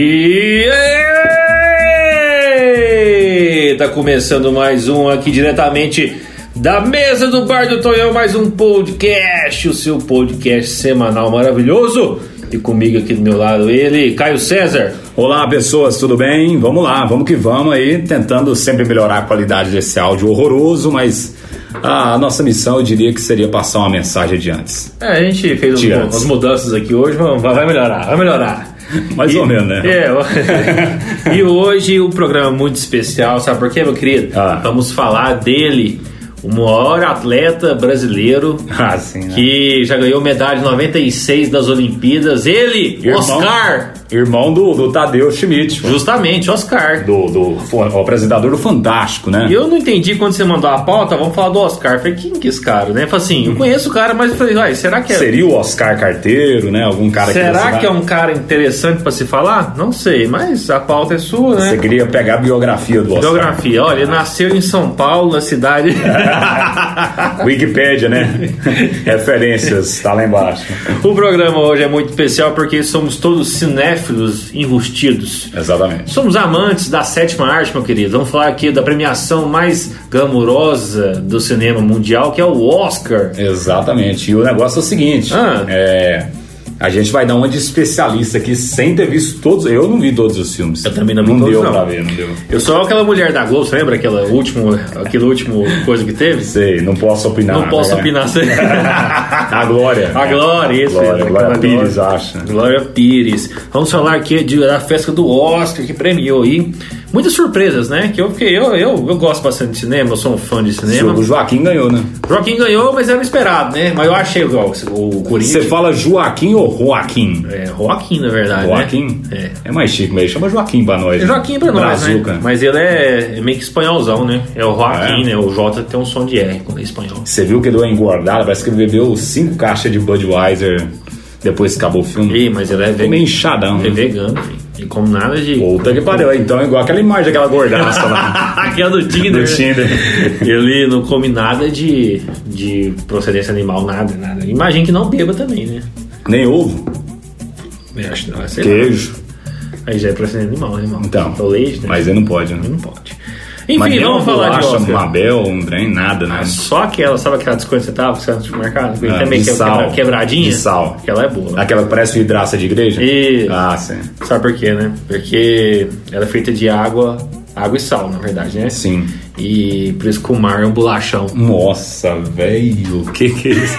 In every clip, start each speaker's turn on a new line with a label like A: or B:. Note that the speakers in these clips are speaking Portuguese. A: E tá começando mais um aqui diretamente da mesa do Bar do Tonhão, mais um podcast, o seu podcast semanal maravilhoso. E comigo aqui do meu lado ele, Caio César.
B: Olá pessoas, tudo bem? Vamos lá, vamos que vamos aí, tentando sempre melhorar a qualidade desse áudio horroroso, mas a nossa missão eu diria que seria passar uma mensagem de antes.
A: É, a gente fez
B: Diante.
A: umas mudanças aqui hoje, mas vai vai melhorar, vai melhorar.
B: Mais
A: E-
B: ou menos, né?
A: É, ó. e hoje um programa muito especial, sabe por quê, meu querido?
B: Ah.
A: Vamos falar dele, o maior atleta brasileiro
B: Ah, sim, né?
A: que já ganhou medalha em 96 das Olimpíadas. Ele,
B: Irmão-
A: Oscar!
B: Irmão do, do Tadeu Schmidt,
A: Justamente, Oscar.
B: do, do fo- o apresentador do Fantástico, né?
A: E eu não entendi quando você mandou a pauta, vamos falar do Oscar. Eu Falei, quem que é esse cara, né? Eu Falei assim, eu conheço o cara, mas eu falei, uai, será que é.
B: Uhum. Seria o Oscar Carteiro, né? Algum cara que...
A: Será
B: você
A: que é
B: vai-
A: um cara interessante pra se falar? Não sei, mas a pauta é sua, né?
B: Você queria pegar a biografia do Oscar.
A: Geografia, olha, ele nasceu em São Paulo, na cidade.
B: Wikipédia, né? Referências, tá lá embaixo.
A: o programa hoje é muito especial porque somos todos cinéfilos enrustidos.
B: Exatamente.
A: Somos amantes da sétima arte, meu querido. Vamos falar aqui da premiação mais glamurosa do cinema mundial, que é o Oscar.
B: Exatamente. E o negócio é o seguinte:
A: Ah.
B: é, a gente vai dar uma de especialista aqui sem ter visto todos. Eu não vi todos os filmes. Eu
A: também não vi todos,
B: deu
A: não.
B: pra ver, não deu.
A: Eu sou aquela mulher da Globo, você lembra aquela última, aquela última coisa que teve?
B: Sei, não posso opinar.
A: Não posso
B: né?
A: opinar. sem-
B: A Glória.
A: A Glória, isso.
B: Glória,
A: né?
B: Glória
A: Aquela
B: Pires, acha.
A: Glória Pires. Vamos falar aqui de- da festa do Oscar, que premiou aí. Muitas surpresas, né? Que eu, fiquei- eu, eu, eu gosto bastante de cinema, eu sou um fã de cinema.
B: O Joaquim ganhou, né?
A: Joaquim ganhou, mas era esperado, né? Mas eu achei o, o
B: Você
A: Corinthians.
B: fala Joaquim ou Joaquim?
A: É, Joaquim, na verdade. né?
B: Joaquim?
A: É.
B: É. mais chique mesmo. Chama Joaquim pra nós. né?
A: É Joaquim pra nós,
B: Brazuca.
A: né? Mas ele é, é meio que espanholzão, né? É o Joaquim,
B: É.
A: né? O J tem um som de R quando é espanhol.
B: Você viu que ele deu uma engordada? Parece que ele bebeu cinco caixas de Budweiser depois que acabou o filme.
A: Ih, mas ele é,
B: Ficou meio
A: ve
B: inchadão.
A: é
B: né?
A: vegano, filho. E como nada de.
B: Puta que pariu. Então é igual aquela imagem daquela gordaça lá.
A: Aquela é do Tinder.
B: Do Tinder.
A: Ele não come nada de, de procedência animal, nada, nada. Imagina que não beba também, né?
B: Nem ovo,
A: Eu acho que não, sei lá.
B: queijo.
A: Aí já é procedência animal, né, irmão?
B: Então,
A: É o leite, né?
B: mas ele não pode, né?
A: Não pode. Enfim,
B: Mas nem
A: vamos
B: uma
A: falar de
B: bolacha,
A: Oscar.
B: Mabel, um trem, nada, né?
A: Só aquela, sabe aquela desconto que você tava buscando no supermercado?
B: Ah,
A: também
B: de
A: que é
B: sal.
A: quebra- quebradinha?
B: De sal.
A: Aquela é boa.
B: Aquela que parece vidraça de igreja?
A: Isso.
B: Ah, sim.
A: Sabe por quê, né? Porque ela é feita de água, água e sal, na verdade, né?
B: Sim.
A: E por isso que o mar é um bolachão.
B: Nossa, velho, o que que é isso?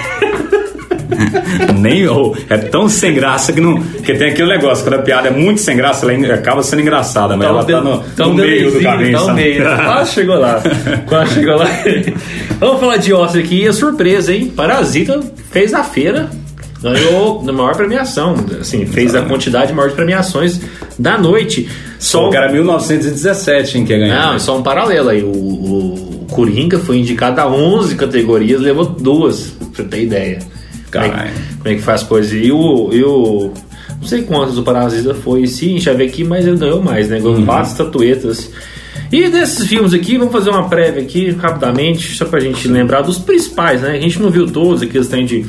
B: Nem ou é tão sem graça que não. Porque tem aquele negócio, quando a piada é muito sem graça, ela en- acaba sendo engraçada, mas
A: um
B: ela tá no, no meio do
A: delizinho,
B: caminho.
A: tá no
B: sabe?
A: meio. Quase chegou lá. Quase chegou lá. Vamos falar de Oscar aqui. E a surpresa, hein? Parasita fez a feira. Ganhou na maior premiação. Assim, fez a quantidade maior de premiações da noite. Só
B: Só que era 1917, hein, que ia ganhar.
A: Não, é só um paralelo aí. O, o Coringa foi indicado a 11 categorias, levou duas, pra você ter ideia. Como é,
B: Caralho.
A: que, como é que faz coisa? E o. E o não sei quantos o Parasita foi, sim, deixa eu ver aqui, mas ele ganhou mais, né?
B: Uhum.
A: Ganhou quatro estatuetas. E desses filmes aqui, vamos fazer uma prévia aqui, rapidamente, só pra gente lembrar dos principais, né? A gente não viu todos, aqueles tem de,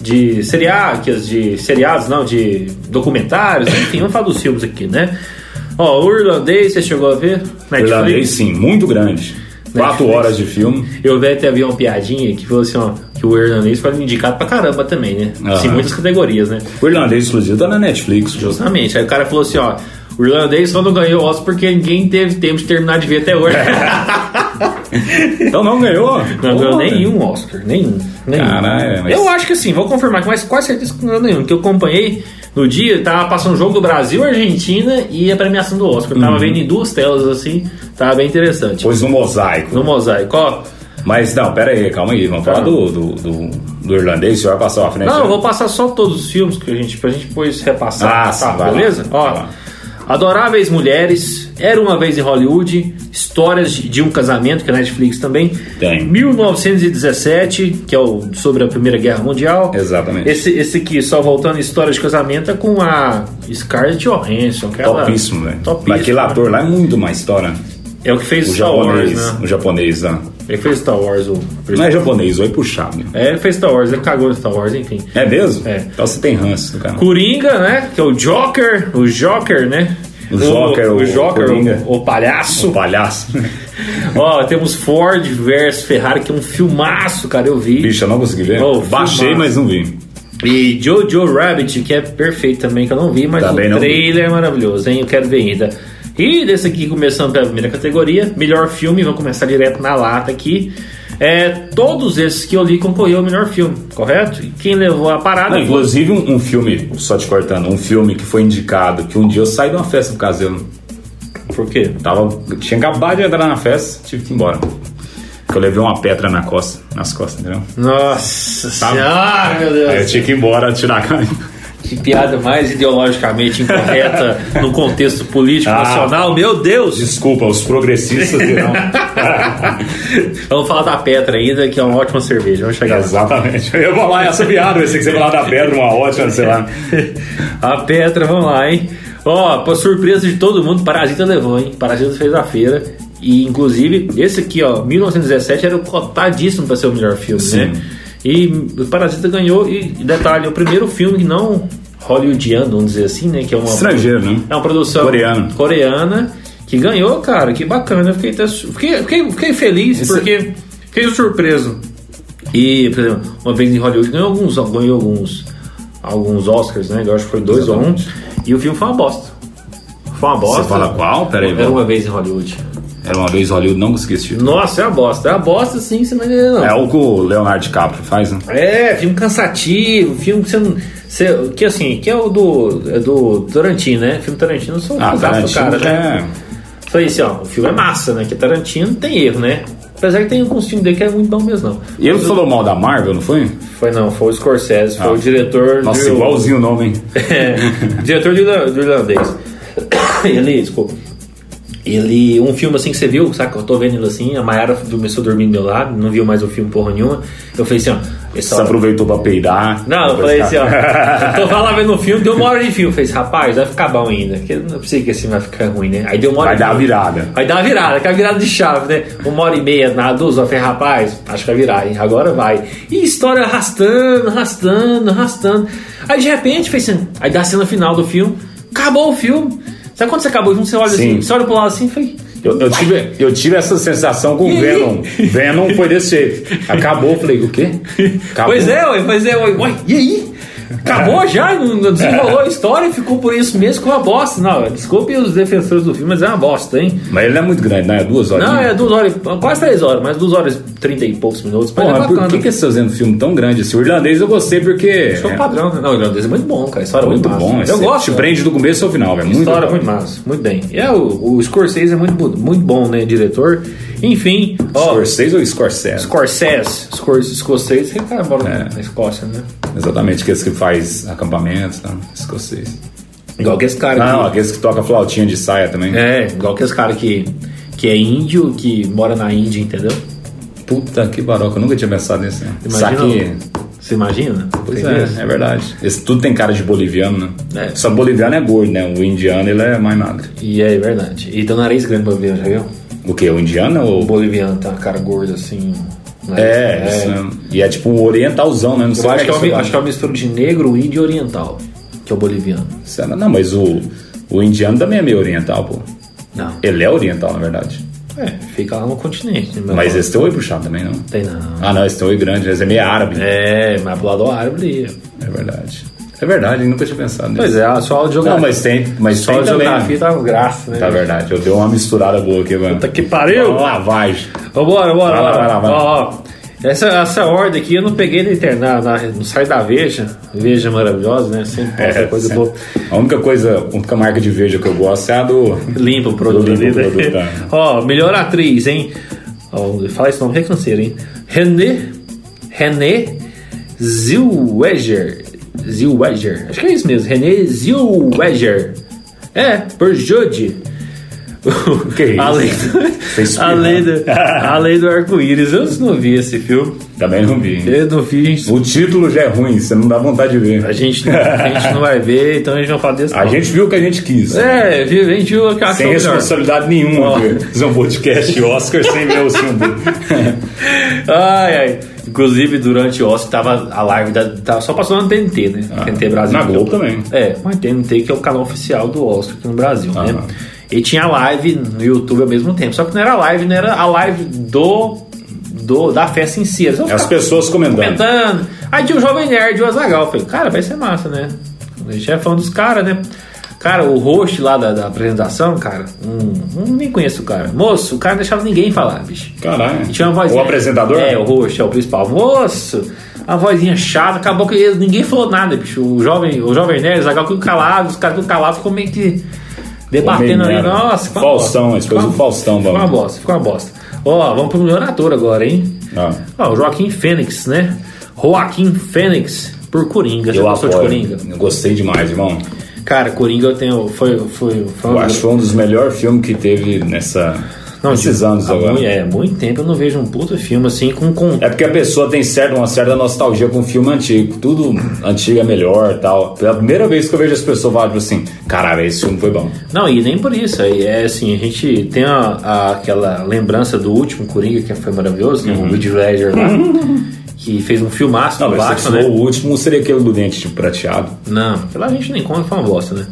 A: de seriados, aqueles de seriados, não, de documentários, enfim, vamos falar dos filmes aqui, né? Ó, o Irlandês, você chegou a ver?
B: Irlandês, sim, muito grande. Quatro horas de filme.
A: Eu vi até havia uma piadinha que falou assim, ó, que o irlandês foi indicado pra caramba também, né?
B: Aham.
A: Assim, muitas categorias, né?
B: O irlandês, inclusive, tá na Netflix.
A: Justamente. Aí o cara falou assim, ó, o irlandês só não ganhou o Oscar porque ninguém teve tempo de terminar de ver até hoje.
B: É. Então não ganhou?
A: não ganhou
B: Pô,
A: nenhum Oscar, nenhum. nenhum.
B: Caralho, é, mas-
A: Eu acho que assim, vou confirmar, mas quase certeza que não ganhou nenhum. Que eu acompanhei no dia, tava passando o jogo do Brasil, Argentina e a premiação do Oscar. Eu
B: Uhum.
A: Tava vendo em duas telas assim, tava bem interessante.
B: Pôs no um mosaico.
A: No mosaico, ó.
B: Mas não, pera aí, calma aí. Vamos falar do, do, do, do irlandês, você vai passar a frente.
A: Tá.
B: né?
A: Não, eu vou passar só todos os filmes que a gente, pra gente depois repassar. Tá,
B: Ah, sim, vai lá.
A: beleza? Ó,
B: Vai lá.
A: Adoráveis Mulheres, Era Uma Vez em Hollywood, Histórias de de um Casamento, que é Netflix também.
B: Tem.
A: 1917, que é o sobre a Primeira Guerra Mundial.
B: Exatamente.
A: Esse, esse aqui, só voltando, História de Casamento, é com a Scarlett Johansson. que ela-
B: É Topíssimo, velho.
A: Topíssimo.
B: Aquele ator lá é muito mais história.
A: É o que fez
B: O
A: Star Wars,
B: japonês,
A: né?
B: o japonês, né?
A: Ele fez Star Wars. O...
B: Não é japonês, oi puxado. Né?
A: É, ele fez Star Wars, ele cagou em Star Wars, enfim.
B: É mesmo?
A: É.
B: Então você tem ranço do cara.
A: Coringa, né? Que é o Joker, o Joker, né?
B: O Joker,
A: o,
B: o
A: Joker,
B: Coringa.
A: o, o palhaço.
B: O Um palhaço.
A: Ó, temos Ford versus Ferrari, que é um filmaço, cara, eu vi.
B: Bicho, eu não consegui ver.
A: Oh,
B: Baixei,
A: filmaço.
B: mas não vi.
A: E Jojo Rabbit, que é perfeito também, que eu não vi, mas
B: Também
A: o
B: não vi.
A: trailer é maravilhoso, hein? Eu quero ver ainda. E desse aqui, começando pela primeira categoria, melhor filme, vamos começar direto na lata aqui. É, todos esses que eu li concorreu ao melhor filme, correto? E quem levou a parada
B: Não, inclusive um, um filme, só te cortando, um filme que foi indicado, que um dia eu saí de uma festa por causa dele.
A: Por quê?
B: Tava, tinha acabado de entrar na festa, tive que ir embora. Que eu levei uma pedra na costa, nas costas, entendeu?
A: Nossa
B: Tá.
A: Senhora, meu Deus.
B: Aí eu tinha que ir embora tirar a cara.
A: Que piada mais ideologicamente incorreta no contexto político
B: Ah.
A: nacional, meu Deus!
B: Desculpa, os progressistas virão.
A: Vamos falar da Petra ainda, que é uma ótima cerveja. Vamos chegar lá.
B: Exatamente. Eu ia falar essa piada, eu sei que você ia falar da pedra, uma ótima, sei lá.
A: A Petra, vamos lá, hein? Ó, pra surpresa de todo mundo, Parasita levou, hein? Parasita fez a feira. E, inclusive, esse aqui, ó, 1917, era o cotadíssimo pra ser o melhor filme, né? E o Parasita ganhou. E, detalhe, é o primeiro filme que não hollywoodiano, vamos dizer assim, né? Que é uma,
B: Estrangeiro, né?
A: É uma produção
B: Coreano.
A: coreana que ganhou, cara. Que bacana. Eu Fiquei, até su- fiquei, fiquei, fiquei feliz
B: Esse-
A: porque fiquei surpreso. E, por exemplo, uma vez em Hollywood ganhou alguns, ganhou alguns, alguns Oscars, né? Eu acho que foi dois ou um.
B: Exatamente.
A: E o filme foi uma bosta. Foi uma bosta.
B: Você fala qual? Peraí,
A: Era
B: vamos.
A: uma vez em Hollywood.
B: Era uma vez Hollywood, não consegui assistir.
A: Nossa, é uma bosta. É uma bosta sim, você não entendeu, não.
B: É o que o Leonardo DiCaprio faz, né?
A: É, filme cansativo, filme que você não. você- que assim, que é o do, é do Tarantino, né? Filme Tarantino, eu sou um
B: Ah,
A: fãzaço do
B: Tarantino
A: cara, né?
B: é...
A: Falei assim, ó, o filme é massa, né? Que Tarantino não tem erro, né? Apesar que tem alguns filmes dele que é muito bom mesmo, não.
B: E ele falou mal da Marvel, não foi?
A: Foi não, foi o Scorsese, foi
B: Ah.
A: o diretor
B: Nossa,
A: do...
B: igualzinho o nome, hein?
A: É, diretor do, irla- do irlandês. Ele, desculpa. Ele, um filme assim que você viu, sabe? que Eu tô vendo ele assim, a Mayara começou a dormir do meu lado, não viu mais o filme porra nenhuma. Eu falei assim, ó, essa
B: Você
A: hora-
B: aproveitou pra peidar.
A: Não, eu falei assim, ó. Eu tava lá vendo um filme, deu uma hora de filme. Eu Falei, assim, rapaz, vai ficar bom ainda. Que eu não sei que assim vai ficar ruim, né? Aí deu uma hora
B: Vai
A: de
B: dar a
A: filme.
B: virada.
A: Vai dar uma virada, que é a virada de chave, né? Uma hora e meia na duas, eu falei, rapaz, acho que vai virar, hein? Agora vai. E história arrastando, arrastando, arrastando. Aí de repente, fez assim, aí dá a cena final do filme, acabou o filme. Sabe quando você acabou o filme, você olha
B: Sim.
A: assim, você olha pro lado assim e falei.
B: Eu, eu tive, eu tive essa sensação com o Venom. Venom foi desse jeito. Acabou, eu falei, o quê? Acabou.
A: Pois é, ué, pois é, ué, ué, e aí? Acabou já, não não desenrolou
B: É.
A: a história e ficou por isso mesmo com uma bosta. Não, desculpe os defensores do filme, mas é uma bosta, hein?
B: Mas ele não é muito grande, né? É duas horas.
A: Não, é duas horas, quase três horas, mas duas horas e trinta e poucos minutos. Mas é
B: Porra,
A: bacana.
B: por que, que eles estão fazendo um filme tão grande assim? O irlandês eu gostei porque.
A: Show
B: é
A: padrão, né? Não, o irlandês é muito bom, cara. A história é
B: muito
A: massa.
B: bom.
A: Eu
B: esse- tipo
A: gosto.
B: Te
A: né?
B: prende do começo ao final, é muito.
A: História
B: bom.
A: muito massa, muito bem. E é, o, o Scorsese é muito, bu- muito bom, né, diretor. Enfim, ó,
B: Scorsese ou Scorsese? É.
A: Scorsese, Scor- Scorsese, que é um cara mora na- na Escócia, né?
B: Exatamente, aqueles que faz acampamento, tá? Scorsese.
A: Igual que esse cara
B: Ah,
A: que-
B: não, aqueles que toca flautinha de saia também.
A: É, igual que os caras que, que é índio, que mora na Índia, entendeu?
B: Puta que baroca, eu nunca tinha pensado nisso. Né? Saque.
A: Você imagina?
B: Pois
A: Tem
B: é,
A: isso?
B: é verdade. Esse tudo tem cara de boliviano, né?
A: É.
B: Só boliviano é gordo, né? O indiano ele é mais magro.
A: E é verdade. E tem um nariz grande boliviano, já viu?
B: O que? O indiano
A: O
B: ou.
A: boliviano tem uma cara gorda assim. um nariz-
B: É, isso, né? E é tipo um orientalzão, né? Não sei
A: Eu acho que, é
B: como
A: uma,
B: isso
A: acho que é uma mistura de negro, índio e oriental, que é o boliviano.
B: Será? Não, mas o, o indiano também é meio oriental, pô.
A: Não.
B: Ele é oriental, na verdade.
A: É, fica lá no continente. né, meu
B: Mas
A: irmão?
B: esse tem oi puxado também, não?
A: Tem não.
B: Ah, não, esse tem oi grande, mas é meio árabe. É,
A: É, mas pro lado árabe ali.
B: verdade. É verdade, eu nunca tinha pensado nisso.
A: Pois é, a sua aula de
B: Não,
A: geografia.
B: mas tem, mas
A: sua aula
B: tem
A: de
B: também.
A: geografia tá uma graça, né?
B: Tá verdade, eu dei uma misturada boa aqui, mano.
A: Puta que pariu!
B: Uma lavagem.
A: Vambora, bora,
B: Vai lá, vai
A: bora.
B: lá, vai lá.
A: Ó, ó. Essa, essa ordem aqui eu não peguei na internet, na, no site da Veja. Veja maravilhosa, né? Sempre posta coisa boa.
B: É, A única coisa, a única marca de veja que eu gosto é a do.
A: Limpa o produto ali,
B: Limpa o
A: né?
B: produto, tá.
A: Ó, melhor atriz, hein? Ó, fala esse nome, é canseiro, hein? René. René Zellweger. Zellweger. Acho que é isso mesmo. René Zellweger. É, por Jodie. que isso? A lei do, a lei do, a lei do arco-íris. Eu não vi esse filme.
B: Também não vi.
A: Eu não vi, gente.
B: O título já é ruim, você não dá vontade de ver.
A: A gente, não- a gente não vai ver, então a gente não fala desse
B: A
A: não.
B: gente viu o que a gente quis.
A: É, viu, a gente viu o que achou
B: Sem
A: melhor.
B: responsabilidade nenhuma,
A: Ó.
B: viu? Fazer um podcast Oscar sem ver o filme.
A: Ai, ai. Inclusive, durante o Oscar, tava a live da. Tava só passando na TNT, né? TNT Brasil.
B: Ah, na Globo também.
A: É, mas TNT que é o canal oficial do Oscar aqui no Brasil, né?
B: Aham.
A: E tinha live no YouTube ao mesmo tempo. Só que não era live, não era a live do. do da festa em si. Era só
B: É As
A: ficar
B: pessoas comentando.
A: comentando. Aí tinha o Jovem Nerd e o Azagal. Falei, cara, vai ser massa, né? A gente é fã dos caras, né? Cara, o host lá da, da apresentação, cara, hum, hum, nem conheço o cara. Moço, o cara não deixava ninguém falar, bicho.
B: Caralho.
A: E Tinha uma vozinha.
B: O apresentador?
A: É, o host, é o principal. Moço, a vozinha chata, acabou que ele- ninguém falou nada, bicho. O jovem, o jovem Nerd, o Zagal tudo calado, os caras tudo calados, ficou meio que debatendo
B: Meio
A: ali.
B: merda.
A: Nossa, ficou uma
B: né? Faustão,
A: bosta.
B: eles coisas do Faustão,
A: Ficou uma
B: vamos.
A: bosta, ficou uma bosta. Ó, vamos pro melhor ator agora, hein?
B: Ah.
A: Ó, o Joaquim Fênix, né? Joaquim Fênix por Coringa. Você
B: Eu
A: gostou de
B: apoio.
A: Coringa?
B: Eu Gostei demais, irmão.
A: Cara, Coringa eu tenho. Foi. foi, foi
B: Eu acho que foi um dos melhores filmes que teve nessa, nesses
A: de-
B: anos
A: há
B: agora.
A: muito- É, muito tempo eu não vejo um puto filme assim com conteúdo.
B: É porque a pessoa tem certo, uma certa nostalgia com filme antigo. Tudo antigo é melhor tal. Pela primeira vez que eu vejo as pessoas falarem assim, caralho, esse filme foi bom.
A: Não, e nem por isso. aí É assim, a gente tem a- a- aquela lembrança do último Coringa, que foi maravilhoso, né? o Heath Ledger lá, que fez um filmaço
B: Uhum. Não,
A: do
B: mas se
A: Batman,
B: for
A: né?
B: o último seria aquele do dente tipo, prateado.
A: Não, aquela a gente nem conta, foi uma bosta, né?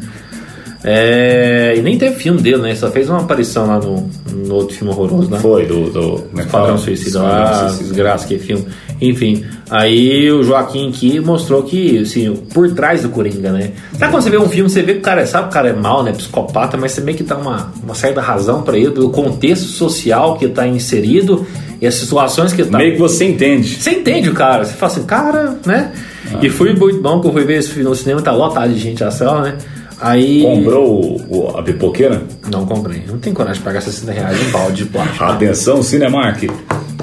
A: É, e nem teve filme dele, né? Só fez uma aparição lá no, no outro filme horroroso, né?
B: Foi, do. do como é
A: Esquadrão
B: que
A: né?
B: fala? Ah,
A: Suicida
B: Esquadrão
A: lá,
B: Suicida.
A: desgraça que filme. Enfim, aí o Joaquim aqui mostrou que, assim, por trás do Coringa, né? Sabe quando você vê um filme, você vê que o cara é, sabe que o cara é mal, né? Psicopata, mas você meio que dá uma, uma certa razão pra ele, do contexto social que tá inserido e as situações que tá.
B: Meio que você entende.
A: Você entende o cara, você fala assim, cara, né?
B: Ah.
A: E foi muito bom que eu fui ver esse filme no cinema, tá lotado de gente na sala, né? Aí.
B: Comprou o- o- a pipoqueira?
A: Não comprei. Eu Não tenho coragem de pagar 60 reais em balde de plástico.
B: Atenção, Cinemark.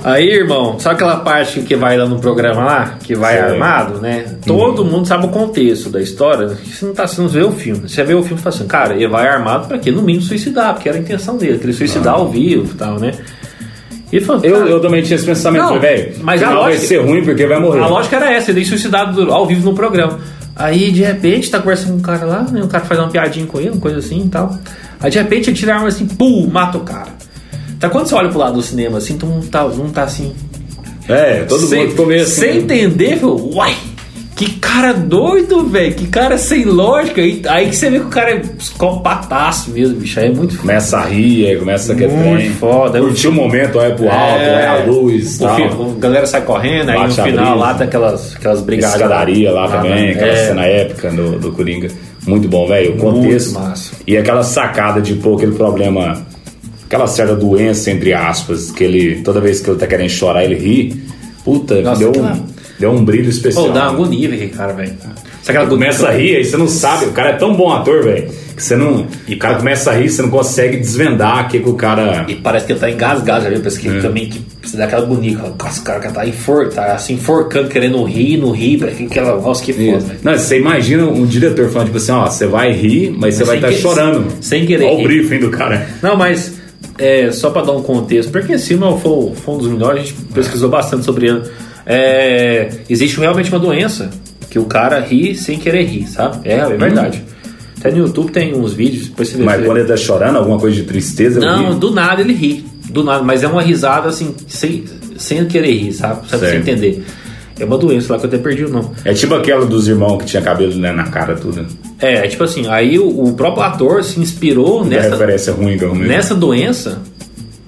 A: Aí, irmão, sabe aquela parte que vai lá no programa lá, que vai
B: Sei. Uhum.
A: armado, né? Todo mundo sabe o contexto da história. que Você não tá você não vê o filme. Você vê o filme e fala assim, cara, ele vai armado pra quê? No mínimo suicidar, porque era a intenção dele, que ele suicidar ao vivo e tal, né? E ele falou,
B: Ah. Eu,
A: cara,
B: eu também tinha esse pensamento,
A: Ah. Não,
B: falei, velho.
A: mas a
B: final vai
A: lógica-
B: ser ruim porque vai morrer.
A: a lógica era essa, ele suicidado do- ao vivo no programa. Aí, de repente, tá conversando com um cara lá, né? O cara faz uma piadinha com ele, uma coisa assim e tal. Aí, de repente, ele tira a arma assim, pum, mata o cara. Tá, quando você olha pro lado do cinema, assim, todo mundo tá, todo mundo tá assim,
B: É, todo
A: sem,
B: mundo ficou meio assim.
A: sem entender, falou, uai, que cara doido, velho, que cara sem lógica. E aí que você vê que o cara é psicopataço mesmo, bicho, aí é muito foda.
B: Começa a rir, aí começa a que é
A: Muito
B: trem.
A: foda.
B: Curtir o momento, olha pro alto, olha a luz
A: É. o
B: tal.
A: fi- o galera sai correndo, aí no
B: Bate a
A: final
B: brisa.
A: lá tá aquelas, aquelas brigadas.
B: Escadaria lá também,
A: né?
B: aquela
A: É.
B: cena épica do, do Coringa. Muito bom, velho. O contexto.
A: massa.
B: E aquela sacada de pô, aquele problema. Aquela certa doença, entre aspas, que ele. Toda vez que ele tá querendo chorar, ele ri. Puta,
A: Nossa, tá.
B: deu,
A: aquela-
B: um, deu um brilho especial.
A: Pô, dá uma agonia ver aquele cara, velho. Sabe aquela agonia?
B: Começa a rir, aí você não sabe. O cara é tão bom ator, velho, que você não. E o cara começa a rir, você não consegue desvendar o que, que o cara.
A: E parece que ele tá engasgado, já viu? Parece que
B: É.
A: ele também que você dá aquela agonia, fala, nossa, o cara que tá, enfor, tá se enforcando, querendo rir, não rir, pra que aquela. Nossa, que é foda, velho.
B: Não, você imagina um diretor falando, tipo assim, ó, você vai rir, mas você
A: Sem
B: vai estar
A: que-
B: chorando.
A: sem querer
B: Olha o
A: rir.
B: briefing do cara.
A: Não, mas é, só pra dar um contexto, porque esse filme foi, foi um dos melhores, a gente pesquisou bastante sobre ele. É, existe realmente uma doença que o cara ri sem querer rir, sabe? É, é verdade. Até no YouTube tem uns vídeos, depois você vê.
B: Mas
A: você-
B: quando ele tá chorando, alguma coisa de tristeza, eu
A: Não,
B: ri.
A: do nada ele ri. Do nada, mas é uma risada assim, sem, sem querer rir, sabe? Só pra você
B: Certo.
A: entender. É uma doença lá que eu até perdi o nome.
B: É tipo aquela dos irmãos que tinha cabelo né, na cara tudo.
A: É, tipo assim, aí o, o próprio ator se inspirou
B: Que
A: nessa,
B: referência ruim que eu arrumei.
A: nessa doença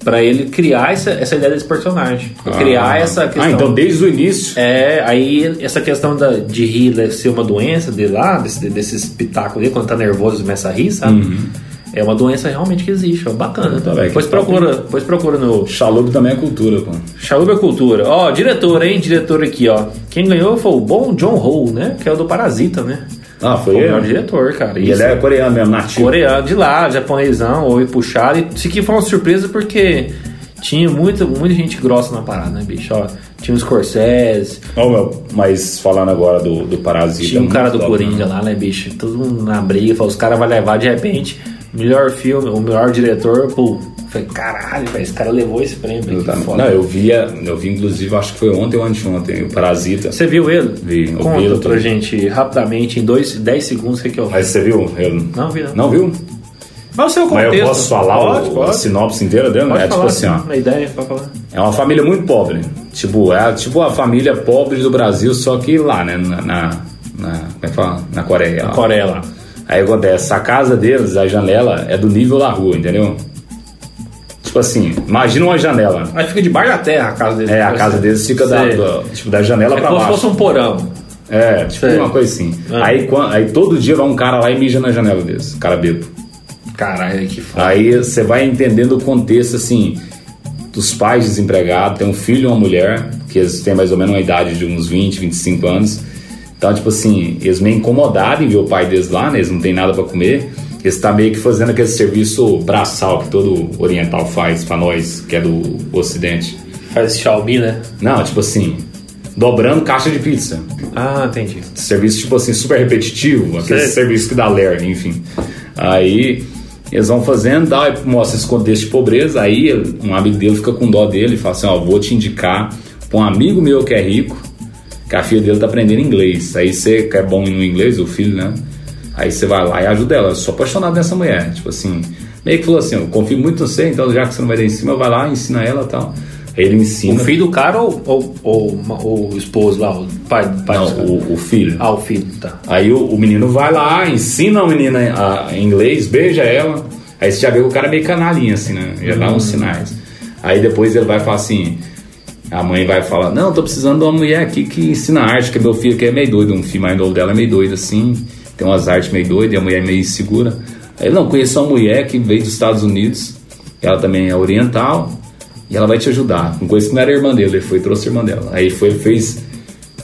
A: pra ele criar essa, essa ideia desse personagem. Pra criar essa questão.
B: Ah, então desde o início.
A: É, aí essa questão da, de rir né, ser uma doença de lá, desse, desse espetáculo dele, quando tá nervoso e começa a rir, sabe? É uma doença realmente que existe, é bacana.
B: Uhum. Tá bem,
A: depois,
B: que
A: procura, depois procura no
B: Xalupe também é cultura, pô.
A: Chaluba Cultura. Ó, diretor, hein? Diretor aqui, ó. Quem ganhou foi o bom John Ho, né? Que é o do Parasita, né?
B: Ah,
A: Foi
B: foi
A: o
B: ele?
A: melhor diretor, cara.
B: E ele é coreano mesmo, nativo.
A: coreano de lá, japonesão, ou puxado. E isso aqui foi uma surpresa porque tinha muita, muita gente grossa na parada, né, bicho? Ó, tinha o Scorsese,
B: Ó, meu, mas falando agora do, do Parasita.
A: tinha um
B: muito
A: cara do
B: top, né?
A: Coringa lá, né, bicho? Todo mundo na briga, falou, os caras vão levar de repente. Melhor filme, o melhor diretor, pô. Falei, caralho, véio, esse cara levou esse prêmio. Véio,
B: tá, não, eu via, eu vi inclusive, acho que foi ontem ou anteontem, o Parasita.
A: Você viu ele?
B: Vi, eu
A: Conta
B: vi ele
A: pra gente rapidamente, em 10 segundos, o que é o
B: Mas você viu? Eu...
A: Não vi, não.
B: Não viu?
A: Mas o seu contexto.
B: Mas eu posso falar pode, o, pode. a sinopse inteira dele?
A: Pode
B: é tipo
A: falar,
B: assim, ó.
A: Uma ideia pra falar.
B: É uma família muito pobre. Tipo, é tipo a família pobre do Brasil, só que lá, né? Na. na, na como é que fala? Na Coreia. lá.
A: Coreia lá.
B: Aí acontece, a casa deles, a janela, é do nível da rua, entendeu? Tipo assim, imagina uma janela.
A: Aí fica debaixo da terra a casa dele.
B: É, a casa deles fica da,
A: Sei.
B: da- tipo, da janela
A: É
B: pra
A: como se
B: baixo.
A: fosse um porão.
B: É, tipo
A: Sei.
B: uma coisa assim.
A: Ah.
B: Aí, quan- aí todo dia vai um cara lá e mija na janela deles, cara bebo.
A: Caralho, que foda.
B: Aí você vai entendendo o contexto, assim, dos pais desempregados, tem um filho e uma mulher, que eles têm mais ou menos uma idade de uns 20, 25 anos. Então, tipo assim, eles meio incomodados em ver o pai deles lá, né? Eles não têm nada pra comer. Eles tá meio que fazendo aquele serviço braçal que todo oriental faz pra nós, que é do ocidente.
A: Faz Xiaomi, né?
B: Não, tipo assim, dobrando caixa de pizza.
A: Ah, entendi.
B: Serviço, tipo assim, super repetitivo, aquele
A: Sei.
B: serviço que dá lerna, enfim. Aí eles vão fazendo, dá, e mostra esse contexto de pobreza, aí um amigo dele fica com dó dele e fala assim, ó, vou te indicar pra um amigo meu que é rico, que a filha dele tá aprendendo inglês. Aí você que é bom no inglês, o filho, né? Aí você vai lá e ajuda ela. Eu sou apaixonado nessa mulher. Tipo assim, meio que falou assim, eu confio muito em você, então já que você não vai dar em cima, vai lá, ensina ela e tal. Aí ele
A: O
B: ensina.
A: filho do cara ou, ou, ou, ou o esposo lá, o pai, pai
B: Não,
A: dos caras?
B: o- o filho.
A: Ah, o filho, tá.
B: Aí o, o menino vai lá, ensina a menina a- inglês, beija ela. Aí você já vê que o cara é meio canalinha, assim, né? Já dá uns sinais. Aí depois ele vai falar assim: a mãe vai falar, não, tô precisando de uma mulher aqui que ensina arte, que meu filho aqui é meio doido, um filho mais novo dela é meio doido, assim, tem umas artes meio doidas, e a mulher é meio insegura. Aí ele, não, conheço uma mulher que veio dos Estados Unidos, ela também é oriental, e ela vai te ajudar. Uma coisa que não era irmã dele, ele foi e trouxe a irmã dela. Aí foi, fez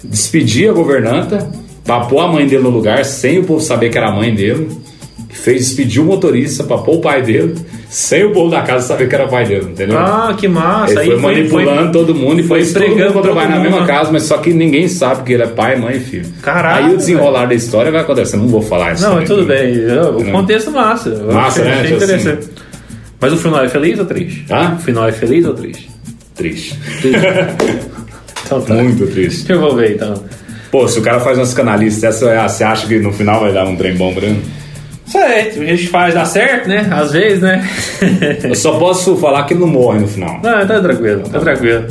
B: despedir a governanta, papou a mãe dele no lugar, sem o povo saber que era a mãe dele, fez despedir o motorista, papou o pai dele, sem o povo da casa saber que era o pai dele, entendeu?
A: Ah, que massa.
B: ele
A: Aí
B: foi manipulando todo mundo e
A: foi
B: foi
A: entregando
B: pregando pra trabalhar
A: todo
B: na
A: mundo,
B: mesma
A: né?
B: casa, mas só que ninguém sabe que ele é pai, mãe e filho.
A: Caralho,
B: Aí o desenrolar da história vai acontecer, não vou falar isso.
A: Não,
B: também.
A: mas tudo bem. Eu- O
B: Não.
A: contexto é massa. Eu
B: assim. Massa,
A: achei,
B: né?
A: achei
B: Tipo assim. Ah.
A: interessante. Mas o final é feliz ou triste?
B: Hã?
A: O final é feliz ou triste?
B: Tá? Triste.
A: Então tá.
B: Muito triste.
A: Deixa eu vou ver então.
B: Pô, se o cara faz umas canalistas, essa, é você acha que no final vai dar um trem bom pra ele?
A: Certo, a gente faz dar certo, né? Às vezes, né?
B: Eu só posso falar que ele não morre no final.
A: Não, tá tranquilo, tá tranquilo.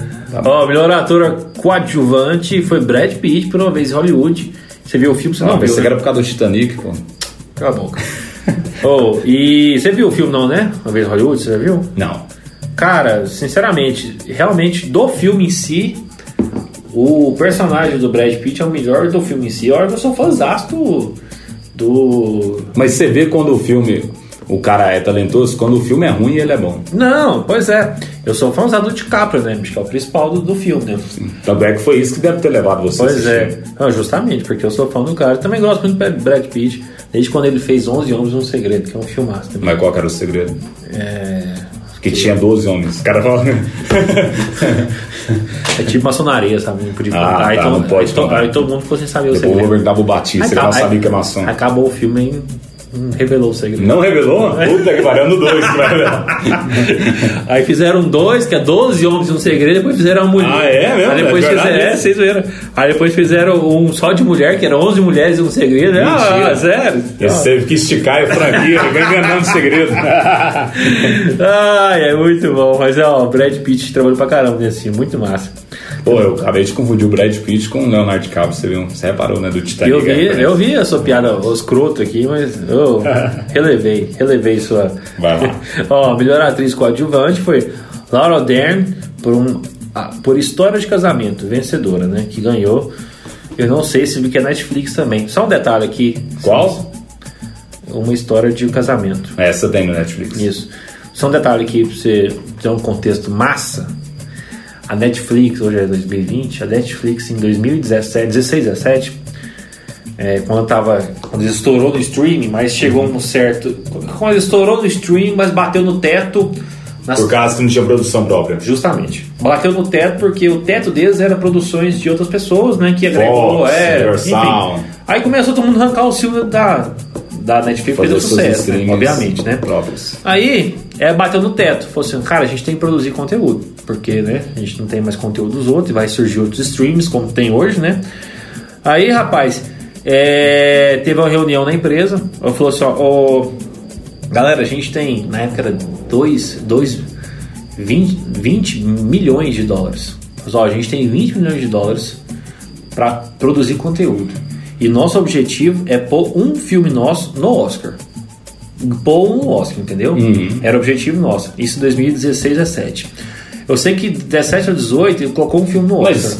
A: Ó, a melhor ator coadjuvante foi Brad Pitt por uma vez em Hollywood. Você viu o filme? Você
B: Não,
A: não, viu?
B: pensei que
A: né?
B: era por causa do Titanic, pô.
A: Cala a boca. oh, e você viu o filme, não, né? Uma vez em Hollywood, você já viu?
B: Não.
A: Cara, sinceramente, realmente do filme em si, o personagem do Brad Pitt é o melhor do filme em si. Olha, que eu sou fãzaço do. do-
B: Mas você vê quando o filme, o cara é talentoso, quando o filme é ruim, ele é bom.
A: Não, pois é. Eu sou fãzado do DiCaprio, né? bicho, Que é o principal do, do filme, né?
B: Tanto é que foi isso que deve ter levado você. a
A: Pois
B: assistir.
A: é. Não, justamente, porque eu sou fã do cara. Eu também gosto muito do Brad Pitt, desde quando ele fez 11 Homens e um Segredo, que é um filmaço também.
B: Mas qual que era o segredo?
A: É,
B: Que tinha 12 homens. O cara né? fala.
A: é tipo maçonaria, sabe? Não podia
B: Ah,
A: contar.
B: tá,
A: então,
B: não pode
A: então,
B: contar.
A: aí todo mundo ficou sem saber o
B: Depois o
A: segredo.
B: Robert dava o Batista, que
A: Aí
B: não
A: tá,
B: sabia
A: aí
B: que é maçom.
A: Acabou o filme e hum, revelou o segredo.
B: Não revelou? Puta que pariu, no 2 que vai revelar.
A: Aí fizeram dois, que é 12 homens e um segredo, depois fizeram uma mulher.
B: Ah, é mesmo?
A: Aí depois
B: É verdade
A: fizeram, é,
B: isso?
A: vocês viram. Aí depois fizeram um só de mulher, que era 11 mulheres e um segredo. Ah,
B: Mentira.
A: sério?
B: Esse teve que esticar a franquia, ele vai enganando o segredo.
A: Ai, é muito bom. Mas ó, o Brad Pitt trabalhou pra caramba nesse filme, muito massa.
B: Pô, eu acabei de confundir o Brad Pitt com o Leonardo DiCaprio, você viu? Você reparou, né? Do Titanic.
A: eu vi,
B: né?
A: eu vi a sua piada escroto aqui, mas eu relevei, relevei sua.
B: Vai lá.
A: Ó, a melhor atriz coadjuvante foi Laura Dern por um ah, por história de casamento, vencedora, né? Que ganhou. Eu não sei se vi que é Netflix também. Só um detalhe aqui.
B: Qual?
A: Uma história de um casamento.
B: Essa tem no Netflix.
A: Isso. Só um detalhe aqui pra você ter um contexto massa. A Netflix, hoje é 2020, a Netflix em 2017, 16, 17, é, quando tava. Quando estourou no streaming, mas chegou um certo. Quando estourou no streaming, mas bateu no teto. nas-
B: Por causa que não tinha produção própria.
A: Justamente. Bateu no teto porque o teto deles era produções de outras pessoas, né? Que agregou.
B: Fox,
A: é,
B: Universal.
A: enfim. Aí começou todo mundo a arrancar o Silvio da, da Netflix fez um sucesso, né? obviamente, né?
B: Próprios.
A: Aí, é, bateu no teto. Falou assim, cara, a gente tem que produzir conteúdo. Porque, né, a gente não tem mais conteúdo dos outros e vai surgir outros streams, como tem hoje, né? Aí, rapaz, é, teve uma reunião na empresa. Ela falou assim, ó, ó, galera, a gente tem, na época era 2, 2, 20, 20 milhões de dólares. Mas, ó, a gente tem 20 milhões de dólares para produzir conteúdo. E nosso objetivo é pôr um filme nosso no Oscar. Pôr um no Oscar, entendeu?
B: Uhum.
A: Era o objetivo nosso. Isso em 2016, 17. Eu sei que 17 ou 18 ele colocou um filme no Oscar.
B: Mas,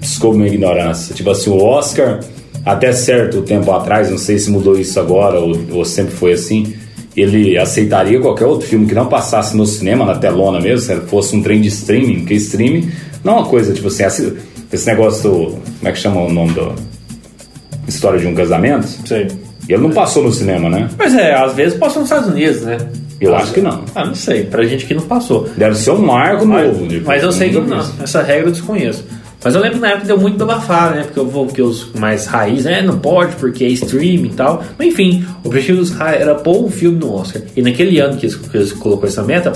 B: desculpa minha ignorância, tipo assim, o Oscar, até certo tempo atrás, não sei se mudou isso agora ou, ou sempre foi assim, ele aceitaria qualquer outro filme que não passasse no cinema, na telona mesmo, se fosse um trem de streaming, porque streaming não é uma coisa, tipo assim, assim, esse negócio do. Como é que chama o nome do. História de um casamento?
A: Sei.
B: E ele não passou no cinema, né?
A: Mas é, às vezes passou nos Estados Unidos, né?
B: Eu acho que não.
A: Ah, não sei. Pra gente que não passou.
B: Deve ser um marco novo. tipo,
A: Mas eu sei que
B: nunca
A: não.
B: fiz.
A: Essa regra eu desconheço. Mas eu lembro que na época deu muito babafá, né? Porque eu vou que os mais raiz, né? Não pode, porque é stream e tal. Mas enfim, o objetivo dos caras era pôr um filme no Oscar. E naquele ano que eles, que eles colocou essa meta,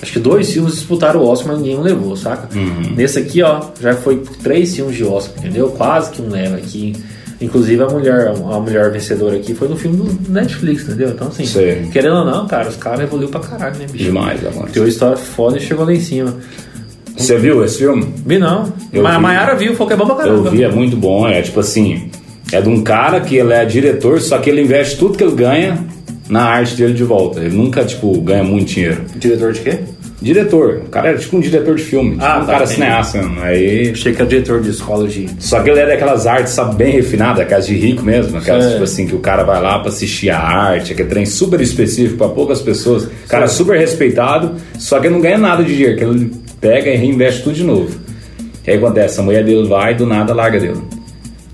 A: acho que dois filmes disputaram o Oscar, mas ninguém levou, saca?
B: Uhum.
A: Nesse aqui, ó, já foi três filmes de Oscar, entendeu? Quase que um leva aqui. Inclusive a mulher, a mulher vencedora aqui foi no filme do Netflix, entendeu? Então assim,
B: Sei.
A: querendo ou não, cara, os caras evoluiu pra caralho, né, bicho?
B: Demais agora.
A: Tem uma história foda e chegou lá em cima.
B: Você viu esse filme?
A: Vi não.
B: Eu
A: Ma
B: vi.
A: Maiara viu, falou que é bom pra
B: Eu
A: caramba.
B: vi, é muito bom. É tipo assim, é de um cara que ele é diretor, só que ele investe tudo que ele ganha na arte dele de volta. Ele nunca, tipo, ganha muito dinheiro.
A: Diretor de quê?
B: Diretor, o cara era tipo um diretor de filme, tipo
A: Ah,
B: um
A: tá,
B: cara
A: entendi.
B: cineasta. né? Aí
A: Achei que era diretor de escola de.
B: Só que ele é daquelas artes, sabe, bem refinadas, aquelas de rico mesmo, aquelas
A: Sei.
B: tipo assim, que o cara vai lá pra assistir a arte, aquele trem super específico pra poucas pessoas, o cara é super respeitado, só que ele não ganha nada de dinheiro, que ele pega e reinveste tudo de novo. E aí acontece, a mulher dele vai e do nada larga dele.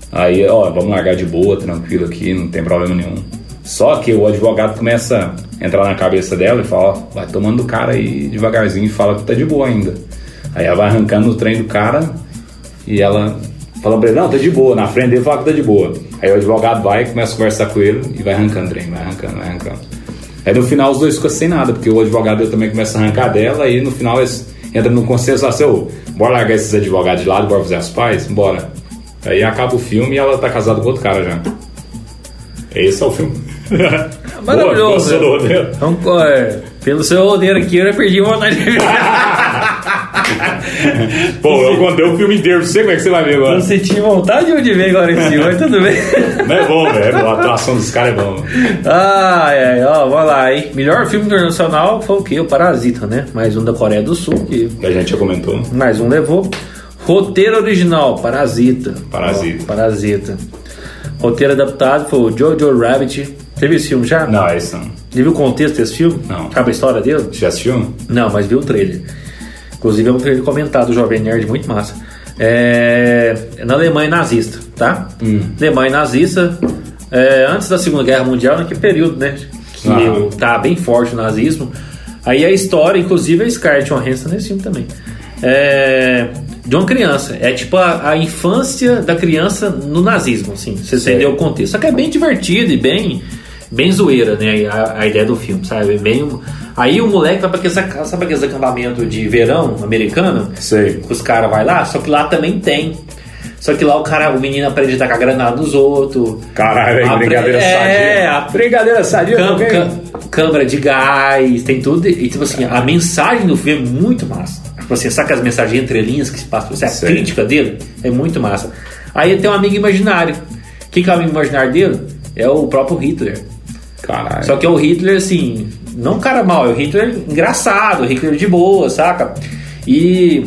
B: Aí, ó, vamos largar de boa, tranquilo aqui, não tem problema nenhum. Só que o advogado começa a entrar na cabeça dela e fala, ó, vai tomando o cara aí devagarzinho e fala que tá de boa ainda. Aí ela vai arrancando o trem do cara e ela fala pra ele, não, tá de boa, na frente dele fala que tá de boa. Aí o advogado vai, começa a conversar com ele e vai arrancando o trem, vai arrancando, vai arrancando. Aí no final os dois ficam sem nada, porque o advogado dele também começa a arrancar dela e no final eles entram no consenso assim, ô, bora largar esses advogados de lado, bora fazer as pazes, bora. Aí acaba o filme e ela tá casada com outro cara já. Esse é o filme.
A: Maravilhoso.
B: Boa, gostou do roteiro?
A: Então, é, pelo seu roteiro aqui, eu já perdi a vontade de ver.
B: Pô, eu contei o filme inteiro pra você, como é que você vai ver agora?
A: Você tinha vontade de ver agora em cima, mas tudo bem.
B: Não é bom, velho. A atuação dos caras é bom.
A: Ai, ai, ó, vai lá, hein? Melhor filme internacional foi o quê? O Parasita, né? Mais um da Coreia do Sul, que
B: A gente já comentou.
A: mais um levou. Roteiro original, Parasita.
B: Parasita.
A: Ó, Parasita. Roteiro adaptado foi o Jojo Rabbit. Teve esse filme já?
B: Não, é isso não.
A: Você viu o contexto desse filme?
B: Não.
A: Sabe a história dele?
B: Já assistiu?
A: Não, mas viu o trailer. Inclusive é um trailer comentado, Jovem Nerd, muito massa. É, é na Alemanha nazista, tá? Alemanha nazista, é, antes da Segunda Guerra Mundial, naquele período, né? Que
B: Ah.
A: tá bem forte o nazismo. Aí a história, inclusive a Scarlett Johansson nesse filme também. É, de uma criança. É tipo a, a infância da criança no nazismo, assim. Você entendeu o contexto. Só que é bem divertido e bem bem zoeira, né? A, a ideia do filme, sabe? É Bem, aí o moleque vai pra aqueles, aca- sabe aqueles acampamento de verão americano?
B: Sei.
A: Que os caras vai lá, só que lá também tem. Só que lá o cara, o menino aprende a tacar granada nos outros.
B: Caralho, hein?
A: Apre-
B: Brincadeira
A: É,
B: sadia.
A: a
B: Brincadeira sadia
A: Cam-
B: também.
A: cam- câmara de gás, tem tudo. E tipo assim, a mensagem do filme é muito massa. Tipo assim, saca as mensagens entre linhas que se passa pra você, a
B: Sei.
A: crítica dele é muito massa. Aí tem um amigo imaginário. Quem que é o amigo imaginário dele? É o próprio Hitler.
B: Caralho.
A: Só que é o Hitler, assim, não um cara mal, é o Hitler engraçado, o Hitler de boa, saca? E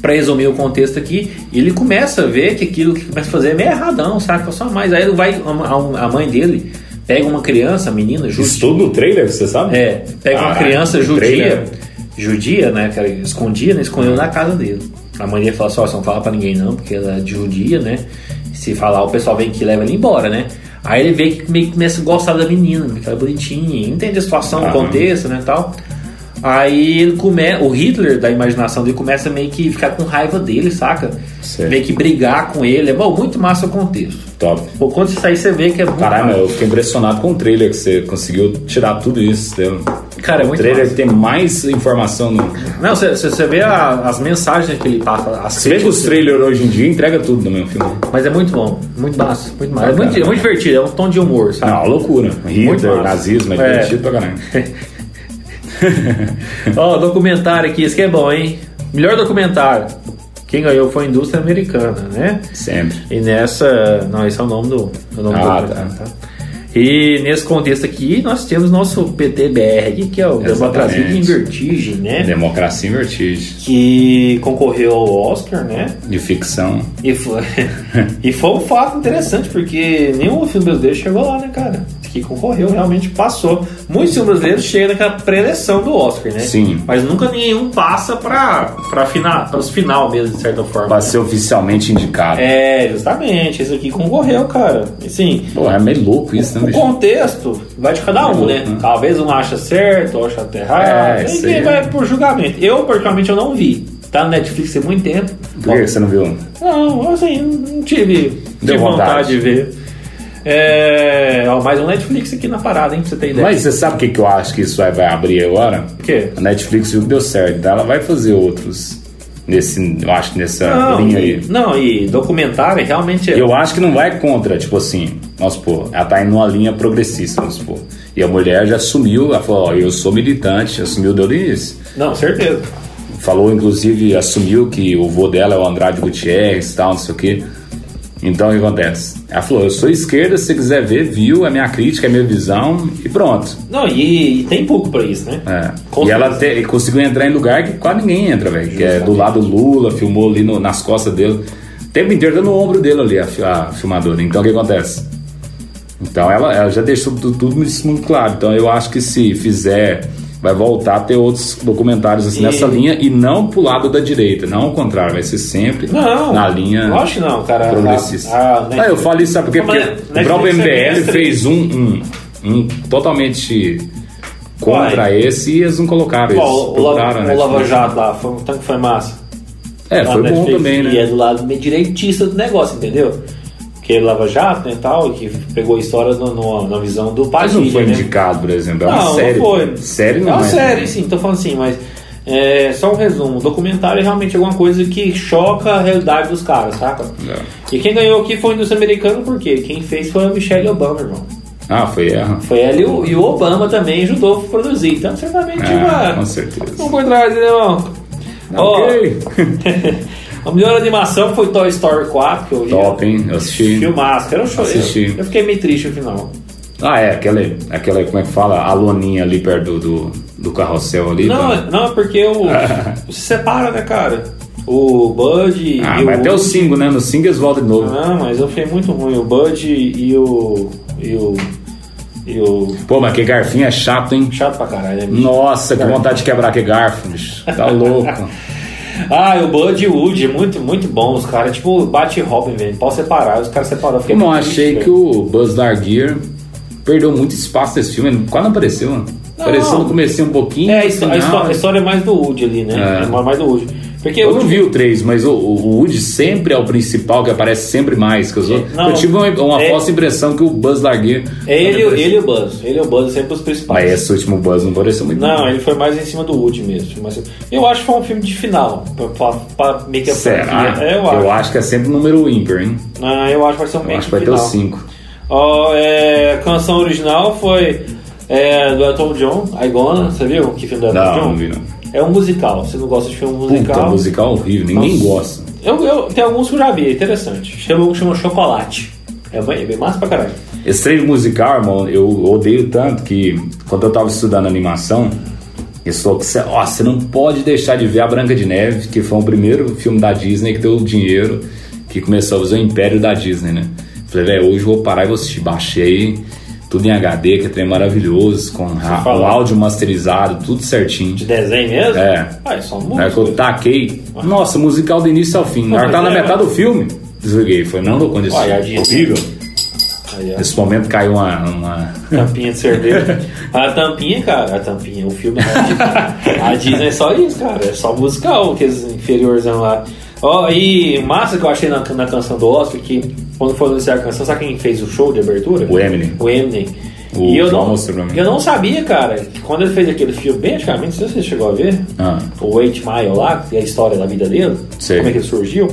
A: pra resumir o contexto aqui, ele começa a ver que aquilo que começa a fazer é meio erradão, saca? Só mais. Aí ele vai, a a mãe dele pega uma criança, a menina, judia.
B: Isso tudo no trailer, você sabe?
A: É, pega uma
B: Caralho,
A: criança
B: no
A: judia,
B: trailer.
A: judia, né? Que ela escondia, né? Escondeu na casa dele. A mãe dele fala assim: ó, você não fala pra ninguém não, porque ela é de judia, né? Se falar, o pessoal vem aqui e leva ele embora, né? Aí ele vê que meio que começa a gostar da menina, né, que ela é bonitinha, entende a situação, o
B: Aham.
A: contexto, né? Tal. Aí ele come... o Hitler, da imaginação dele, começa meio que ficar com raiva dele, saca?
B: Certo.
A: Meio que brigar com ele. É bom, muito massa o contexto.
B: Top.
A: Pô, quando você sair, você vê que é muito
B: Caramba,
A: massa.
B: eu fiquei impressionado com o trailer que você conseguiu tirar tudo isso. entendeu?
A: Cara, é
B: o
A: muito
B: trailer
A: massa.
B: tem mais informação no.
A: Não, você- você você vê a- as mensagens que ele passa. As
B: Você vê que
A: críticas.
B: os trailers hoje em dia entrega tudo no meu filme.
A: Mas é muito bom, muito massa, muito massa.
B: Ah,
A: É muito,
B: cara.
A: é muito divertido, é um tom de humor, sabe?
B: Não, loucura.
A: Muito
B: Hitler,
A: massa.
B: nazismo, é
A: É.
B: divertido pra caralho.
A: Ó, documentário aqui, esse que é bom, hein? Melhor documentário. Quem ganhou foi a indústria americana, né?
B: Sempre.
A: E nessa. Não, esse é o nome do. é o nome
B: Ah,
A: do
B: tá.
A: tá? E nesse contexto aqui, nós temos nosso PTBR aqui, que é o Democracia em
B: Exatamente.
A: Vertigem, né?
B: Democracia em Vertigem.
A: Que concorreu ao Oscar, né?
B: De ficção.
A: E foi, e foi um fato interessante, porque nenhum filme brasileiro chegou lá, né, cara? Que concorreu, realmente passou. Muitos filmes brasileiros chegam naquela preleção do Oscar, né?
B: Sim.
A: Mas nunca nenhum passa pra, pra final, pros final mesmo, de certa forma.
B: Pra ser oficialmente indicado. É.
A: É, justamente. Esse aqui concorreu, cara. E, Assim,
B: Pô, é meio louco isso, né,
A: o
B: bicho?
A: contexto vai de cada um, né?
B: Uhum.
A: Talvez um acha certo, outro acha até errado.
B: É, isso
A: Ninguém
B: aí.
A: vai por julgamento. Eu, particularmente, eu não vi. Tá no Netflix há muito tempo.
B: Por que você não viu?
A: Não, assim, não tive, tive
B: Deu
A: vontade.
B: vontade.
A: de ver. É, ó, mais um Netflix aqui na parada, hein? Pra você ter ideia.
B: Mas você sabe o que, que eu acho que isso vai, vai abrir agora?
A: O quê?
B: A Netflix viu que deu certo, tá? ela vai fazer outros nesse, eu acho que nessa
A: Não,
B: linha aí.
A: não, e documentário realmente é.
B: Eu acho que não vai contra, tipo assim, vamos supor, ela tá indo numa linha progressista, vamos supor. E a mulher já assumiu, ela falou, ó, eu sou militante, assumiu desde o início.
A: Não, certeza.
B: Falou, inclusive, assumiu que o vô dela é o Andrade Gutierrez e tal, não sei o quê. Então, o que acontece? Ela falou, eu sou esquerda, se você quiser ver, viu, é minha crítica, é minha visão e pronto.
A: Não, e, e tem pouco pra isso, né?
B: É.
A: Com
B: E
A: certeza.
B: ela te- conseguiu entrar em lugar que quase ninguém entra, velho. Que é do lado do Lula, filmou ali no- nas costas dele. O tempo inteiro dando no ombro dele ali, a, fi- a filmadora. Então o que acontece? Então ela, ela já deixou tu- tudo isso muito claro. Então eu acho que se fizer, vai voltar a ter outros documentários assim,
A: E-
B: nessa linha e não pro lado da direita, não ao contrário, vai ser sempre
A: Não.
B: na linha.
A: Lógico que não, cara.
B: Progressista.
A: A- a
B: ah,
A: Netflix-
B: eu falo isso, sabe por quê?
A: Não,
B: Porque
A: mas
B: o próprio
A: Netflix é
B: MBL
A: mestre.
B: fez um, um, um totalmente contra
A: Qual
B: esse e eles não colocaram
A: Ó,
B: isso.
A: o, o, Lava-
B: Procuraram, né?
A: o Lava Jato lá, foi um tanto que foi massa.
B: É,
A: Lá
B: foi
A: na
B: bom
A: Netflix,
B: também,
A: E é
B: né?
A: do lado meio direitista do negócio, entendeu? Que é Lava Jato né, e tal, que pegou a história no- no- na visão do
B: Mas
A: Padilha,
B: não foi
A: né?
B: indicado, por exemplo. É uma
A: Não,
B: série.
A: não foi.
B: Série não
A: é uma
B: né?
A: série, sim, tô falando assim, mas é, só um resumo. O documentário é realmente alguma coisa que choca a realidade dos caras, saca?
B: É.
A: E quem ganhou aqui foi a indústria americana, porque quem fez foi a Michelle Obama, irmão.
B: Ah, foi erro.
A: Foi ela e o, e o Obama também ajudou a produzir. Então, certamente,
B: Ah,
A: uma.
B: com certeza.
A: Um por trás, né, irmão? Ó,
B: Ok.
A: a melhor animação foi Toy Story 4, que eu
B: Top, hein? Eu assisti.
A: Filmaço, era um show.
B: Assisti.
A: Eu, eu fiquei meio triste no final.
B: Ah, é, aquela, aquela, como é que fala? A loninha ali perto do, do, do carrossel ali.
A: Não,
B: tá?
A: é- não, é porque o, se separa, né, cara? O Bud
B: Ah,
A: e
B: mas
A: o.
B: até o 5, né? No 5 eles voltam de novo.
A: Não, mas eu fiquei muito ruim. O Bud e o. E o. E o.
B: Pô, mas que garfinho é chato, hein?
A: Chato pra caralho, né, bicho?
B: Nossa, que vontade de quebrar que garfo, bicho. Tá louco.
A: Ah, e o Bud e o Woody, muito, muito bom. Os caras, tipo, bate e Robin, velho. Pode separar, os caras separaram. eu fiquei
B: Como eu
A: muito triste,
B: achei que
A: velho.
B: o Buzz Lightyear perdeu muito espaço nesse filme, ele quase não apareceu, mano. Apareceu no comecinho um pouquinho.
A: É, a
B: no
A: histó- a
B: final.
A: histó- a história é mais do Woody ali, né?
B: É.
A: É mais do Woody. Porque
B: Eu
A: o
B: não
A: Woody
B: vi o 3, mas o, o o Woody sempre é o principal, que aparece sempre mais que os outros.
A: É, Não,
B: eu tive uma, uma
A: é-
B: falsa impressão que o Buzz Lightyear...
A: É ele,
B: Mas
A: ele e o Buzz. Ele e o Buzz é sempre os principais.
B: Mas esse último Buzz não apareceu muito.
A: Não, ele foi mais em cima do Woody mesmo. Mas eu acho que foi um filme de final. Pra, pra, pra meio que a
B: Será?
A: franquia. É, eu acho.
B: que é sempre o número ímpar, hein?
A: Ah, eu acho que vai ser um
B: Eu
A: meio
B: acho
A: que
B: que vai ter o
A: final.
B: 5.
A: Ó, é, a canção original foi é, do Elton John, I Gonna. Você viu que filme do Elton
B: Não,
A: John?
B: não vi, não.
A: É um musical. Você não gosta de filme musical?
B: Puta, musical horrível, ninguém
A: Nossa.
B: gosta.
A: Eu, eu, tem alguns que eu já vi, é interessante. Chama um que chama Chocolate. É bem, é bem massa pra caralho.
B: Esse treino musical, irmão, eu odeio tanto que quando eu tava estudando animação, eu sou que você não pode deixar de ver a Branca de Neve, que foi o primeiro filme da Disney que deu dinheiro, que começou a fazer o império da Disney, né? Falei, velho, hoje eu vou parar e vou assistir. Baixei tudo em HD, que é trem maravilhoso, com ra-
A: fala.
B: o áudio masterizado, tudo certinho.
A: De desenho mesmo?
B: É.
A: Ah, é só
B: Na hora que
A: música.
B: eu taquei, nossa, musical do início ao fim. Na hora que tava na metade do filme, desliguei. Foi não dou condição.
A: é, né? Olha, a Disney.
B: É, Horrível.
A: Aí, ó.
B: Nesse momento caiu uma- uma...
A: Tampinha de cerveja. A tampinha, cara, a tampinha, o filme. A Disney é só isso, cara. É só musical, aqueles inferiorzão lá. Ó, e massa que eu achei na, na canção do Oscar, que quando foi anunciar a canção, sabe quem fez o show de abertura?
B: O Eminem.
A: O Eminem.
B: O
A: e eu
B: João
A: não,
B: mostrou pra mim.
A: eu não sabia, cara, que quando ele fez aquele filme, bem antigamente, não sei se você chegou a ver,
B: Ah.
A: o Eight Mile lá, que é a história da vida dele,
B: Sei.
A: como é que ele surgiu,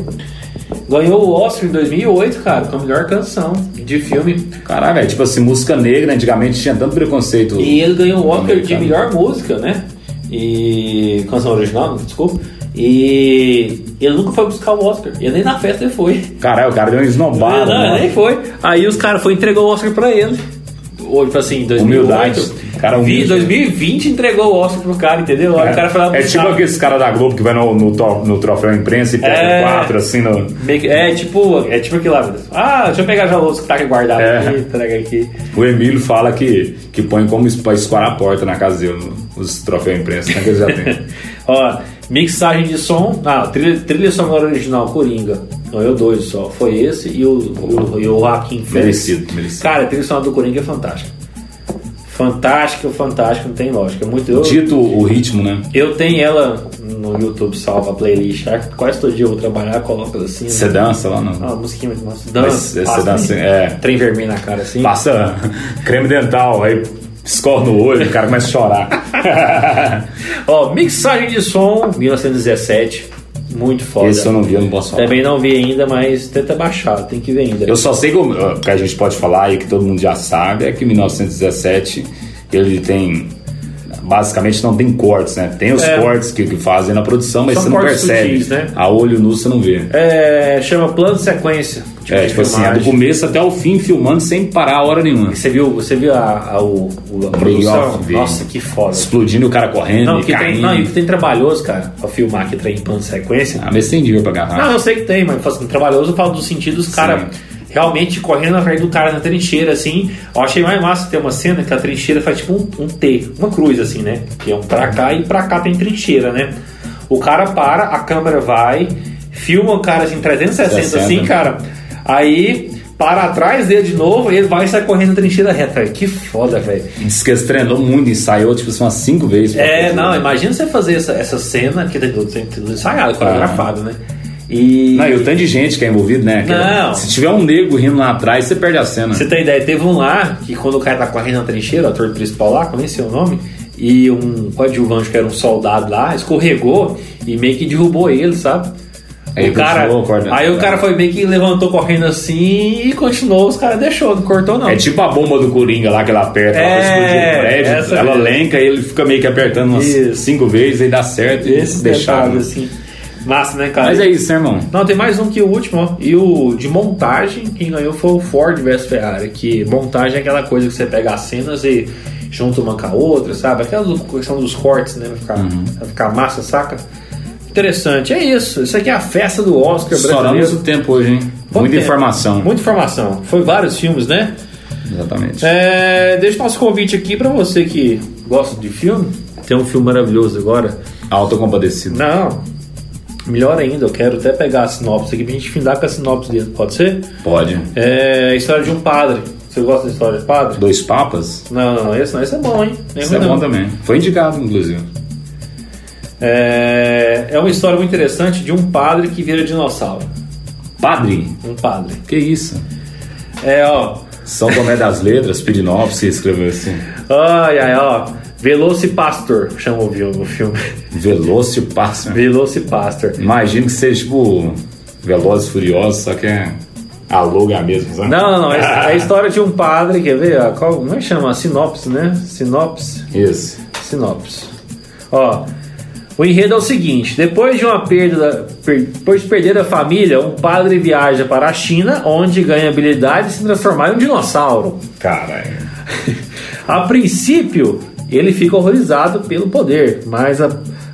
A: ganhou o Oscar em 2008, cara, com a melhor canção de filme.
B: Caralho, é tipo assim, música negra, antigamente tinha tanto preconceito.
A: E ele ganhou o Oscar de
B: Americano.
A: melhor música, né? E. Canção original, desculpa. E ele nunca foi buscar o Oscar. E nem na festa ele foi.
B: Caralho, o cara deu uma
A: Não,
B: esnobada,
A: não,
B: mano.
A: nem foi. Aí os caras foram e entregou o Oscar pra ele. Ou, tipo assim, 2008.
B: Humildade. Cara humilde.
A: Vi- 2020 entregou o Oscar pro cara, entendeu? Aí o cara falava.
B: É tipo aqueles caras da Globo que vai no, no, to- no troféu imprensa e pega
A: É.
B: quatro, assim, no...
A: Meio que- É tipo, é tipo aquilo lá. Ah, deixa eu pegar já o outro que tá aqui guardado
B: É.
A: aqui, entrega aqui.
B: O Emílio fala que, que põe como es- pra escorar a porta na casa dele, no- os troféus imprensa, né, que ele já tem.
A: Ó, mixagem de som. Ah, trilha, trilha sonora original, Coringa. Não, eu dois só. Foi esse e o, o, e o Joaquim Félix.
B: Merecido, merecido.
A: Cara, a trilha sonora do Coringa é fantástica. Fantástico, fantástico, não tem lógica. É Muito eu,
B: Dito o ritmo, né?
A: eu tenho ela no YouTube salva a playlist. Ah, Quase todo dia eu vou trabalhar, coloco ela assim.
B: Você
A: né?
B: dança lá,
A: Ah,
B: não?
A: uma musiquinha muito massa.
B: Mas,
A: Dança.
B: é,
A: passa,
B: você dança,
A: né?
B: é.
A: Trem vermelho na cara assim.
B: Passa creme dental, aí escorre no olho, o cara começa a chorar.
A: Ó, mixagem de som, 1917. Muito foda.
B: Esse eu não vi, eu não posso falar.
A: Também não vi ainda, mas tenta baixar, tem que ver ainda.
B: Eu só sei que, o- que a gente pode falar e que todo mundo já sabe é que 1917 ele tem. Basicamente não tem cortes, né? Tem os
A: É.
B: cortes que, que fazem na produção, mas
A: São
B: você não
A: cortes
B: percebe.
A: sutis, né?
B: A olho nu você não vê.
A: É, chama plano de sequência.
B: É,
A: de
B: tipo assim, é
A: filmagem.
B: do começo até o fim filmando sem parar a hora nenhuma.
A: Você viu, você viu a, a- o, o- a produção?
B: Off dele.
A: Nossa, que foda.
B: Explodindo o cara correndo
A: Não,
B: e
A: que tem,
B: caindo.
A: não, e o que tem trabalhoso, cara, pra filmar que tem em plano de sequência.
B: Ah, mas sem dinheiro pra agarrar.
A: Não, eu sei que tem, mas eu falo assim, trabalhoso eu falo do sentido dos caras realmente correndo na frente do cara na trincheira, assim. Eu achei mais massa ter uma cena que a trincheira faz tipo um, um T, uma cruz, assim, né? Que é um pra cá e pra cá tem trincheira, né? O cara para, a câmera vai, filma o cara assim, 360 assim,
B: 60.
A: cara. Aí para atrás dele de novo, ele vai e sai correndo na trincheira reta. velho. Que foda, velho.
B: Diz que eles treinou muito, ensaiou tipo assim, umas cinco vezes. pra
A: É,
B: fazer.
A: não, imagina você fazer essa, essa cena que tem tudo, tem tudo ensaiado, coreografado, né? E.
B: Não, e o tanto de gente que é envolvido, né? Que-
A: Não.
B: Se tiver um nego rindo lá atrás, você perde a cena.
A: Você tem ideia? Teve um lá que quando o cara tá correndo na trincheira, o ator principal lá, é que eu nem sei o nome, e um coadjuvante que era um soldado lá, escorregou e meio que derrubou ele, sabe?
B: Aí
A: o cara,
B: continuou, corda-
A: aí o cara foi meio que levantou correndo assim e continuou, os caras deixou, não cortou não.
B: É tipo a bomba do Coringa lá que ela aperta, ela
A: É,
B: pra explodir o
A: essa
B: prédio, ela
A: mesmo.
B: lenca e ele fica meio que apertando umas
A: Isso.
B: cinco vezes, aí dá certo e
A: Esses
B: deixaram.
A: detalhes assim. Massa, né, cara?
B: né? Mas é isso, né, irmão?
A: Não, tem mais um que o último, ó. E o de montagem, quem ganhou foi o Ford vs Ferrari. Que montagem é aquela coisa que você pega as cenas e junta uma com a outra, sabe? Aquela do- questão dos cortes, né? Vai ficar, vai ficar massa, saca? Interessante, é isso. Isso aqui é a festa do Oscar
B: Estouramos
A: brasileiro.
B: o tempo hoje, hein?
A: Pouco
B: Muita
A: tempo.
B: informação.
A: Muita informação. Foi vários filmes, né?
B: Exatamente.
A: É, deixa o nosso convite aqui pra você que gosta de filme. Tem um filme maravilhoso agora.
B: Autocompadecido.
A: Não, melhor ainda, eu quero até pegar a sinopse aqui pra gente findar com a sinopse dele, pode ser?
B: Pode.
A: É a história de um padre. Você gosta da história de padre?
B: Dois papas?
A: Não, não, não, esse não, esse é bom, hein? Não
B: Isso é
A: ruim, não.
B: bom também. Foi indicado, inclusive.
A: É, é uma história muito interessante de um padre que vira dinossauro.
B: Padre?
A: Um padre.
B: Que isso?
A: É, ó.
B: São Tomé das Letras, Pirinópolis, escreveu assim.
A: Ai, ai, ó. Velocipastor, chama o vi- o filme.
B: Veloce Pássaro.
A: Velocipastor.
B: Imagino que seja tipo Velozes e Furiosos, só que é a logo é a mesma, sabe?
A: Não, não, não. É é a história de um padre, quer ver? ó, Qual, como é que chama? Sinopse, né? Sinopse.
B: Isso.
A: Sinopse. Ó, o enredo é o seguinte: depois de uma perda, per- depois de perder a família, um padre viaja para a China, onde ganha habilidade de se transformar em um dinossauro.
B: Caralho.
A: A princípio, ele fica horrorizado pelo poder, mas, a,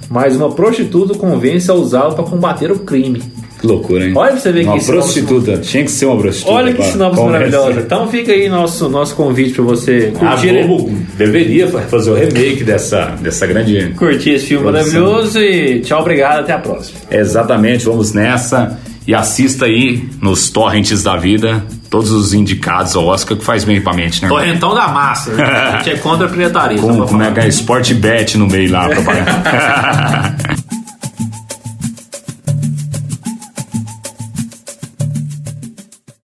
A: mas uma prostituta o convence a usá-lo para combater o crime.
B: Que loucura, hein?
A: Olha pra você ver
B: uma
A: que sinopse-
B: prostituta. Tinha que ser uma prostituta.
A: Olha que
B: pra
A: sinopse
B: convencer.
A: maravilhosa. tá? Então fica aí nosso, nosso convite para você
B: é? A
A: curtir,
B: Globo deveria fa- fazer o remake dessa, dessa grande.
A: curtir esse filme
B: Produção.
A: maravilhoso e tchau, obrigado, até a próxima.
B: Exatamente, vamos nessa. E assista aí nos torrentes da vida todos os indicados ao Oscar que faz bem pra mente, né?
A: Correntão da massa. A gente é contra a pirataria.
B: Com, com Mega Sport Bet no meio lá pra pagar.